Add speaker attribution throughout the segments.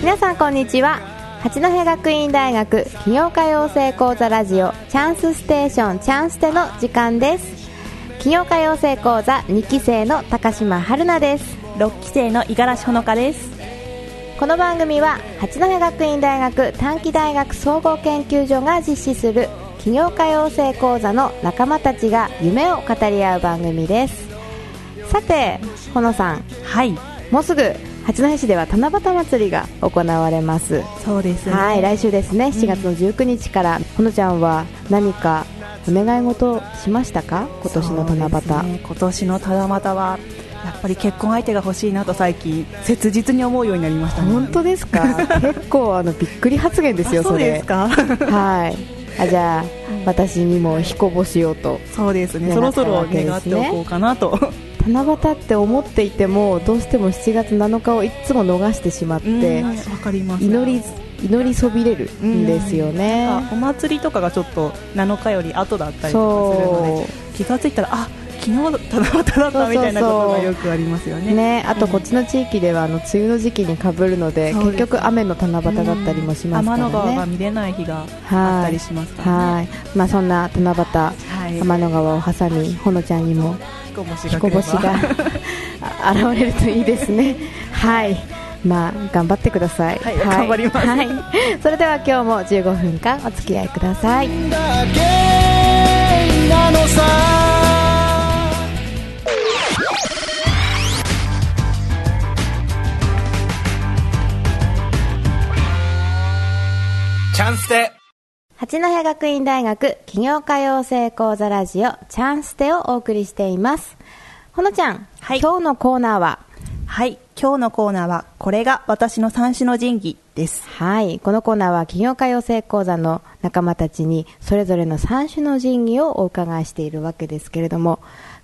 Speaker 1: 皆さんこんにちは八戸学院大学起業家養成講座ラジオチャンスステーションチャンステの時間です起業家養成講座2期生の高島春奈です
Speaker 2: 六期生の五十嵐ほのかです。
Speaker 1: この番組は八戸学院大学短期大学総合研究所が実施する起業家養成講座の仲間たちが夢を語り合う番組ですさてほのさん
Speaker 2: はい、
Speaker 1: もうすぐ八戸市では七夕祭りが行われます
Speaker 2: そうです
Speaker 1: はい来週ですね7月の19日から、ほのちゃんは何かお願い事をしましたか今年の七夕、
Speaker 2: そうですね今年の七夕はやっぱり結婚相手が欲しいなと最近切実に思うようになりましたね。
Speaker 1: 本当です か結構あのびっくり発言ですよ
Speaker 2: あそう
Speaker 1: れ
Speaker 2: です
Speaker 1: は
Speaker 2: か。
Speaker 1: い。あじゃあ、私にも彦星をと
Speaker 2: そうですね。
Speaker 1: 願
Speaker 2: そ
Speaker 1: っ
Speaker 2: ろ
Speaker 1: た
Speaker 2: そ
Speaker 1: わ
Speaker 2: ろ
Speaker 1: けですね
Speaker 2: 願っておこうかなと。
Speaker 1: 七夕って思っていてもどうしても7月7日をいつも逃してしまっ
Speaker 2: うん
Speaker 1: て
Speaker 2: わかります。
Speaker 1: 祈り祈りそびれるんですよ
Speaker 2: なん
Speaker 1: ね
Speaker 2: かお祭りとかがちょっと7日より後だったりとかするの
Speaker 1: そ
Speaker 2: で気がついたらあ昨日七夕だったみたいなことがよくありますよ
Speaker 1: う
Speaker 2: ね。
Speaker 1: ねあとこっちの地域ではあの梅雨の時期にかぶるので
Speaker 2: そうです
Speaker 1: 結局雨の七夕だったりもしますから
Speaker 2: 天の川が
Speaker 1: ね
Speaker 2: 見れない日があった
Speaker 1: は
Speaker 2: り
Speaker 1: い
Speaker 2: しますからね。
Speaker 1: はいまあそんな七
Speaker 2: は
Speaker 1: 夕
Speaker 2: い
Speaker 1: 天の川を挟みほのちゃんにも
Speaker 2: 彦星が
Speaker 1: 彦
Speaker 2: 来れば
Speaker 1: 星が あ 現れるといいですね。はい。まあ頑張ってください。
Speaker 2: はい頑張ります
Speaker 1: はい。それでは今日も15分間お付き合いください。
Speaker 3: だけなのさチャンスで
Speaker 1: 八戸学院大学企業家養成講座ラジオチャンステをお送りしています。ほのちゃん、
Speaker 2: はい
Speaker 1: 今日のコーナーは
Speaker 2: はい、今日のコーナーは、これが私の三種の神器です。
Speaker 1: はい。このコーナーは企業家養成講座の仲間たちにそれぞれの3種の神器をお伺いしているわけですけれども、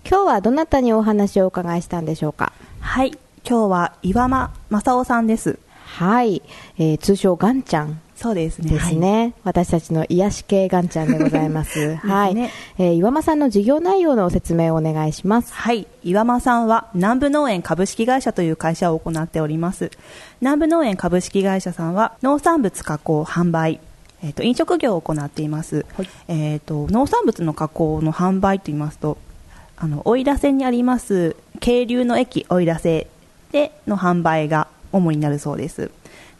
Speaker 1: 今日はどなたにお話をお伺いしたんでしょうか
Speaker 2: はい、今日は岩間正夫さんです。
Speaker 1: はい、えー通称ガンちゃん
Speaker 2: そうですね。
Speaker 1: ですね、私たちの癒し系ガンちゃんでご ざいますはい、
Speaker 2: ね
Speaker 1: えー岩間さんの事業内容の説明をお願いします
Speaker 2: はい。はい、岩間さんは南部農園株式会社という会社を行っております。南部農園株式会社さんは農産物加工販売。えっと飲食業を行っています、えっと農産物の加工の販売といいますとあの奥入瀬にあります渓流の駅奥入瀬での販売が主になるそうです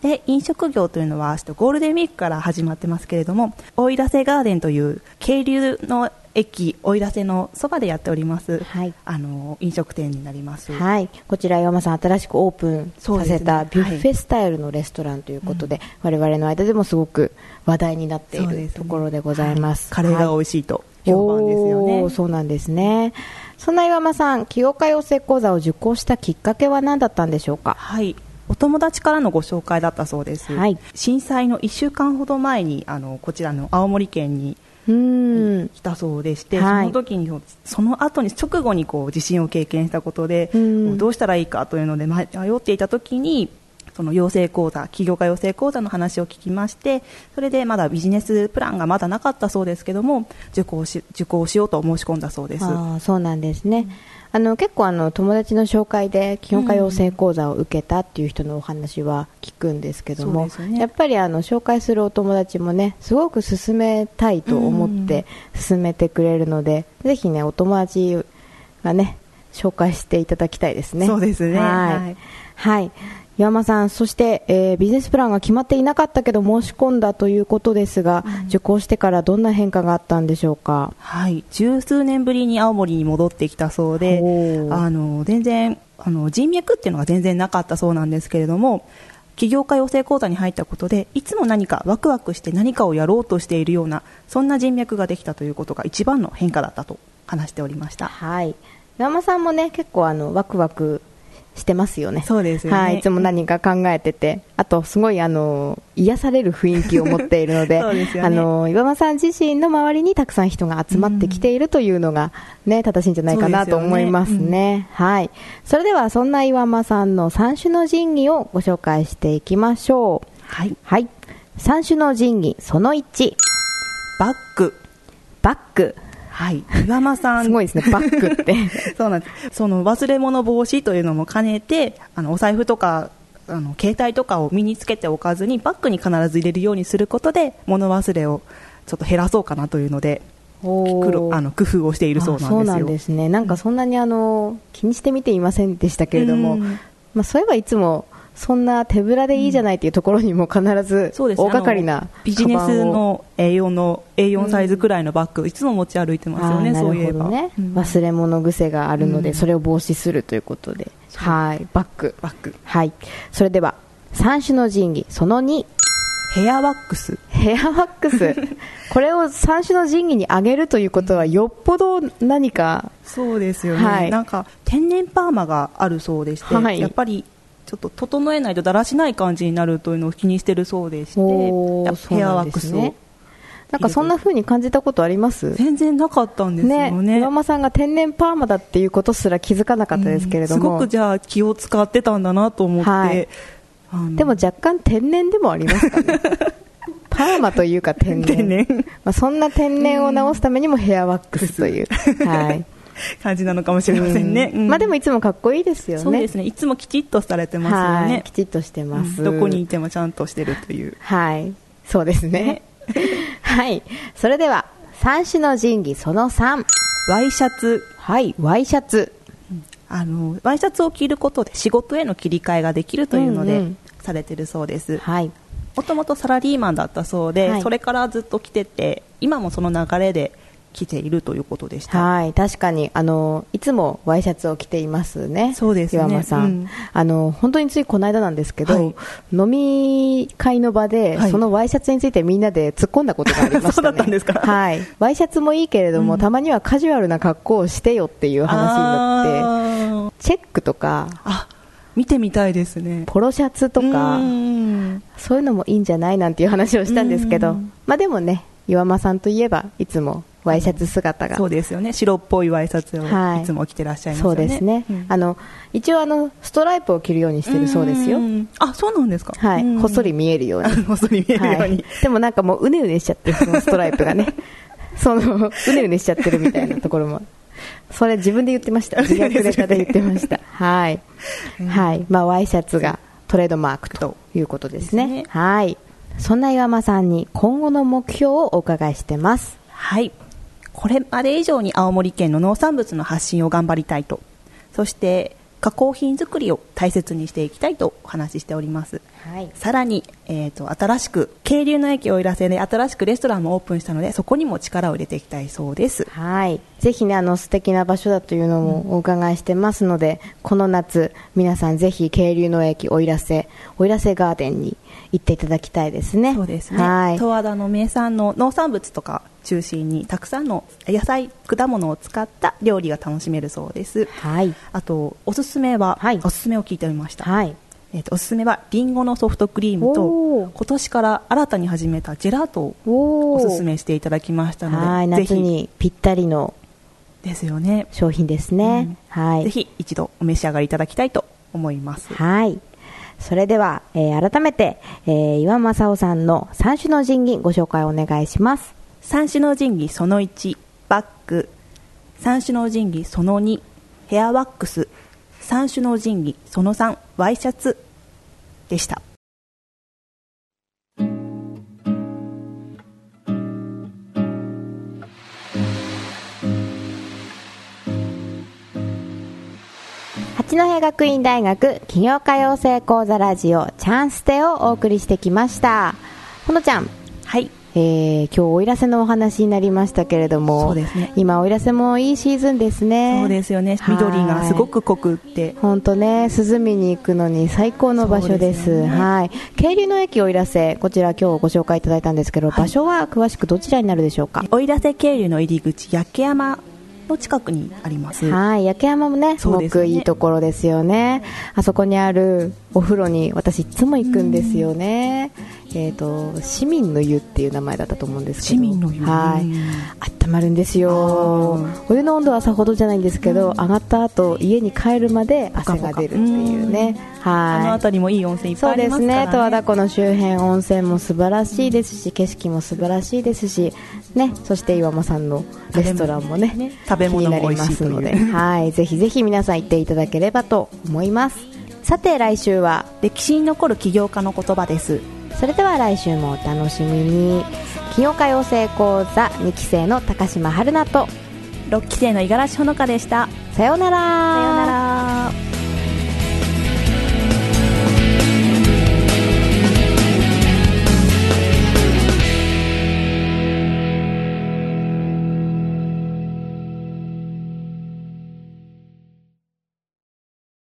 Speaker 2: で飲食業というのはちょっとゴールデンウィークから始まってますけれども奥入瀬ガーデンという渓流の駅奥入瀬のそばでやっております、
Speaker 1: はい
Speaker 2: あの飲食店になります、
Speaker 1: はいこちら岩間さん新しくオープン
Speaker 2: そう
Speaker 1: さ
Speaker 2: ですね
Speaker 1: せたビュッフェスタイルのレストランということで、我々の間でもすごく話題になってい
Speaker 2: そうで
Speaker 1: る
Speaker 2: すね
Speaker 1: ところでございます
Speaker 2: カレーが美味しいと評判ですよね、
Speaker 1: おーそうなんですねそんな岩間さん起業家養成講座を受講したきっかけは何だったんでしょうか
Speaker 2: はい。お友達からのご紹介だったそうです。
Speaker 1: はい
Speaker 2: 震災の1週間ほど前に、あの、こちらの青森県に
Speaker 1: うーん
Speaker 2: 来たそうでして、
Speaker 1: はい
Speaker 2: その時に、その後に、直後にこう、地震を経験したことで、
Speaker 1: うん
Speaker 2: どうしたらいいかというので迷迷っていた時に、その養成講座、企業家養成講座の話を聞きまして、それでまだビジネスプランがまだなかったそうですけども、受講し、受講しようと申し込んだそうです。
Speaker 1: ああそうなんですね、あの結構あの友達の紹介で基本科養成講座を受けたっていう人のお話は聞くんですけども、
Speaker 2: うんそうですよね
Speaker 1: やっぱりあの紹介するお友達もねすごく勧めたいと思って勧めてくれるので、ぜひねお友達がね紹介していただきたいですね
Speaker 2: そうですね
Speaker 1: はい、は
Speaker 2: はいい
Speaker 1: 岩間さんそして、えービジネスプランが決まっていなかったけど申し込んだということですが、受講してからどんな変化があったんでしょうか
Speaker 2: はい、十数年ぶりに青森に戻ってきたそうで
Speaker 1: お、ー
Speaker 2: あの全然あの人脈っていうのが全然なかったそうなんですけれども、起業家養成講座に入ったことで、いつも何かワクワクして何かをやろうとしているような、そんな人脈ができたということが一番の変化だったと話しておりました。
Speaker 1: はい。岩間さんもね、結構あの、ワクワクしてますよね。
Speaker 2: そうですよね
Speaker 1: はい。いつも何か考えてて、あと、すごいあの、癒される雰囲気を持っているので、
Speaker 2: そうですよね
Speaker 1: あの、岩間さん自身の周りにたくさん人が集まってきているというのが、ね、正しいんじゃないかなと
Speaker 2: そうですよね
Speaker 1: 思いますね。はい。それでは、そんな岩間さんの三種の神器をご紹介していきましょう。
Speaker 2: はい、
Speaker 1: はい。三種の神器、その1、
Speaker 2: バッグ、
Speaker 1: バッグ。
Speaker 2: はい、岩間さん、
Speaker 1: すごいですね、バッ グって。
Speaker 2: そうなんです。その忘れ物防止というのも兼ねて、あの、お財布とか、あの携帯とかを身につけておかずにバッグに必ず入れるようにすることで物忘れをちょっと減らそうかなというので
Speaker 1: お
Speaker 2: 黒あの工夫をしているそうなんですよ。
Speaker 1: そうなんですねなんかそんなにあの気にしてみていませんでしたけれども、
Speaker 2: うん
Speaker 1: まあ、そういえばいつもそんな手ぶらでいいじゃないっていうところにも必ず
Speaker 2: そ
Speaker 1: 大
Speaker 2: うですね
Speaker 1: 掛かりな
Speaker 2: あのビジネスの A4 の A4 サイズくらいのバッグ、いつも持ち歩いてますよ
Speaker 1: あー
Speaker 2: ね、
Speaker 1: な
Speaker 2: そうい
Speaker 1: る
Speaker 2: え
Speaker 1: ほ
Speaker 2: ば、
Speaker 1: どね、
Speaker 2: うん
Speaker 1: 忘れ物癖があるので、
Speaker 2: うん
Speaker 1: それを防止するということで、はいバッグ
Speaker 2: バッグ
Speaker 1: はいそれでは三種の神器その2
Speaker 2: ヘアワックス
Speaker 1: ヘアワック スこれを三種の神器にあげるということはよっぽど何か
Speaker 2: そうですよね、
Speaker 1: はい
Speaker 2: なんか天然パーマがあるそうでして、
Speaker 1: はい
Speaker 2: やっぱりちょっと整えないとだらしない感じになるというのを気にしてるそうでして
Speaker 1: おーそう
Speaker 2: ヘア
Speaker 1: な
Speaker 2: ワ
Speaker 1: ん
Speaker 2: ッ
Speaker 1: で
Speaker 2: クス
Speaker 1: す
Speaker 2: を、
Speaker 1: ねなんかそんな風に感じたことあります
Speaker 2: 全然なかったんですよね
Speaker 1: ね岩間さんが天然パーマだっていうことすら気づかなかったですけれど
Speaker 2: うんす
Speaker 1: も、
Speaker 2: ごくじゃあ気を使ってたんだなと思って、
Speaker 1: はい
Speaker 2: あの
Speaker 1: でも若干天然でもありますか ねパーマというか天然
Speaker 2: 天然
Speaker 1: まあ、そんな天然を直すためにもヘアワックスという、はい、
Speaker 2: 感じなのかもしれませんね、うん
Speaker 1: まあ、でもいつもかっこいいですよね
Speaker 2: そうですねいつもきちっとされてますよ
Speaker 1: は
Speaker 2: ね、
Speaker 1: いきちっとしてます、
Speaker 2: うんどこにいてもちゃんとしてるという
Speaker 1: はいそうですね はいそれでは三種の神器その3
Speaker 2: ワイシャツ
Speaker 1: はいワイシャツ
Speaker 2: あのワイシャツを着ることで仕事への切り替えができるというので、
Speaker 1: うんうん
Speaker 2: されてるそうです
Speaker 1: はい
Speaker 2: もともとサラリーマンだったそうで、
Speaker 1: はい
Speaker 2: それからずっと着てて今もその流れで着ているということでした、
Speaker 1: はい確かにあのいつもワイシャツを着ていますね、
Speaker 2: そうですね
Speaker 1: 岩間さん、
Speaker 2: うん
Speaker 1: あの本当についこの間なんですけど、
Speaker 2: はい
Speaker 1: 飲み会の場で、
Speaker 2: はい
Speaker 1: そのワイシャツについてみんなで突っ込んだことがありました、ね、
Speaker 2: そうだったんですか
Speaker 1: はい、ワイシャツもいいけれども、たまにはカジュアルな格好をしてよっていう話になって、
Speaker 2: あー
Speaker 1: チェックとか、
Speaker 2: あ見てみたいですね
Speaker 1: ポロシャツとか
Speaker 2: う、ん
Speaker 1: そういうのもいいんじゃないなんていう話をしたんですけ
Speaker 2: う
Speaker 1: ど
Speaker 2: ん、
Speaker 1: まあ、でもね、岩間さんといえば、いつもワイシャツ姿が
Speaker 2: そうですよね白っぽいワイシャツ
Speaker 1: は
Speaker 2: を
Speaker 1: い
Speaker 2: いつも着てらっしゃいます
Speaker 1: そ
Speaker 2: よ
Speaker 1: う
Speaker 2: ね、
Speaker 1: ですね、
Speaker 2: ん
Speaker 1: あの一応あのストライプを着るようにしてるそうですよ、
Speaker 2: んあそうなんですか
Speaker 1: はい
Speaker 2: うん
Speaker 1: ほっそり見えるように
Speaker 2: ほっそ り見えるよう
Speaker 1: は
Speaker 2: に、
Speaker 1: い、でもなんかもううねうねしちゃってそのストライプが ねそのうねうねしちゃってるみたいなところもそれ自分で言ってま した自虐ネタで言ってました、はい、はいまあ、ワイシャツがトレードマークということですね
Speaker 2: ですね
Speaker 1: はいそんな岩間さんに今後の目標をお伺いしてます
Speaker 2: はい、これまで以上に青森県の農産物の発信を頑張りたいとそして加工品作りを大切にしていきたいとお話ししております
Speaker 1: はい
Speaker 2: さらに、えー、と新しく渓流の駅をいらせで新しくレストランもオープンしたのでそこにも力を入れていきたいそうです
Speaker 1: はい、ぜひねあの素敵な場所だというのもお伺いしてますので、この夏皆さんぜひ渓流の駅おいらせおいらせガーデンに行っていただきたいですね。
Speaker 2: そうです
Speaker 1: は
Speaker 2: ね
Speaker 1: い。
Speaker 2: 十和田の名産の農産物とか中心にたくさんの野菜果物を使った料理が楽しめるそうです
Speaker 1: はい。
Speaker 2: あとおすすめは、
Speaker 1: はい
Speaker 2: おすすめを聞いておりました
Speaker 1: はい。
Speaker 2: えー、とおすすめはリンゴのソフトクリーム
Speaker 1: お
Speaker 2: と
Speaker 1: ー
Speaker 2: 今年から新たに始めたジェラートを
Speaker 1: お
Speaker 2: お
Speaker 1: ー
Speaker 2: すすめしていただきました
Speaker 1: はい、
Speaker 2: のでぜ
Speaker 1: 夏
Speaker 2: ひ
Speaker 1: にぴったりの
Speaker 2: ですよね、
Speaker 1: 商品ですね。はい。
Speaker 2: ぜひ一度お召し上がりいただきたいと思います
Speaker 1: はい。それでは、えー改めて、えー岩正夫さんの三種の神器ご紹介お願いします。
Speaker 2: 三種の神器その1バッグ三種の神器その2ヘアワックス三種の神器その3ワイシャツでした
Speaker 1: 八戸学院大学企業家養成講座ラジオチャンステをお送りしてきましたほのちゃん、
Speaker 2: はい
Speaker 1: えー、今日おいらせのお話になりましたけれども
Speaker 2: そうですね
Speaker 1: 今おいらせもいいシーズンですね
Speaker 2: そうですよね緑がすごく濃くって
Speaker 1: 本当ね涼みに行くのに最高の場所です
Speaker 2: そうですよね
Speaker 1: はい渓流の駅おいらせこちら今日ご紹介いただいたんですけど、場所は詳しくどちらになるでしょうか
Speaker 2: 奥入瀬渓流の入り口八景山の近くにあります
Speaker 1: はい、焼山もね、す
Speaker 2: そう
Speaker 1: ご
Speaker 2: ですね
Speaker 1: くいいところですよね。あそこにあるお風呂に私いつも行くんですよね。えっ、と、市民の湯っていう名前だったと思うんですけど。
Speaker 2: 市民の湯
Speaker 1: はい。温まるんですよ。お湯の温度はさほどじゃないんですけど、上がった後家に帰るまで汗が出るっていうね。はい。
Speaker 2: あの辺りもいい温泉いっぱい
Speaker 1: そう
Speaker 2: あり
Speaker 1: で
Speaker 2: ますすから
Speaker 1: ね
Speaker 2: ね
Speaker 1: 十和田湖の周辺温泉も素晴らしいですし景色も素晴らしいですし、ね、そして岩間さんのレストランもね
Speaker 2: 食べ物もね
Speaker 1: 気になりますの
Speaker 2: 食べ物も美味しいと
Speaker 1: ではいぜひぜひ皆さん行っていただければと思いますさて来週は
Speaker 2: 歴史に残る起業家の言葉です
Speaker 1: それでは来週もお楽しみに起業家養成講座2期生の高島春菜と
Speaker 2: 6期生の五十嵐ほのかでした
Speaker 1: さようなら
Speaker 2: さようなら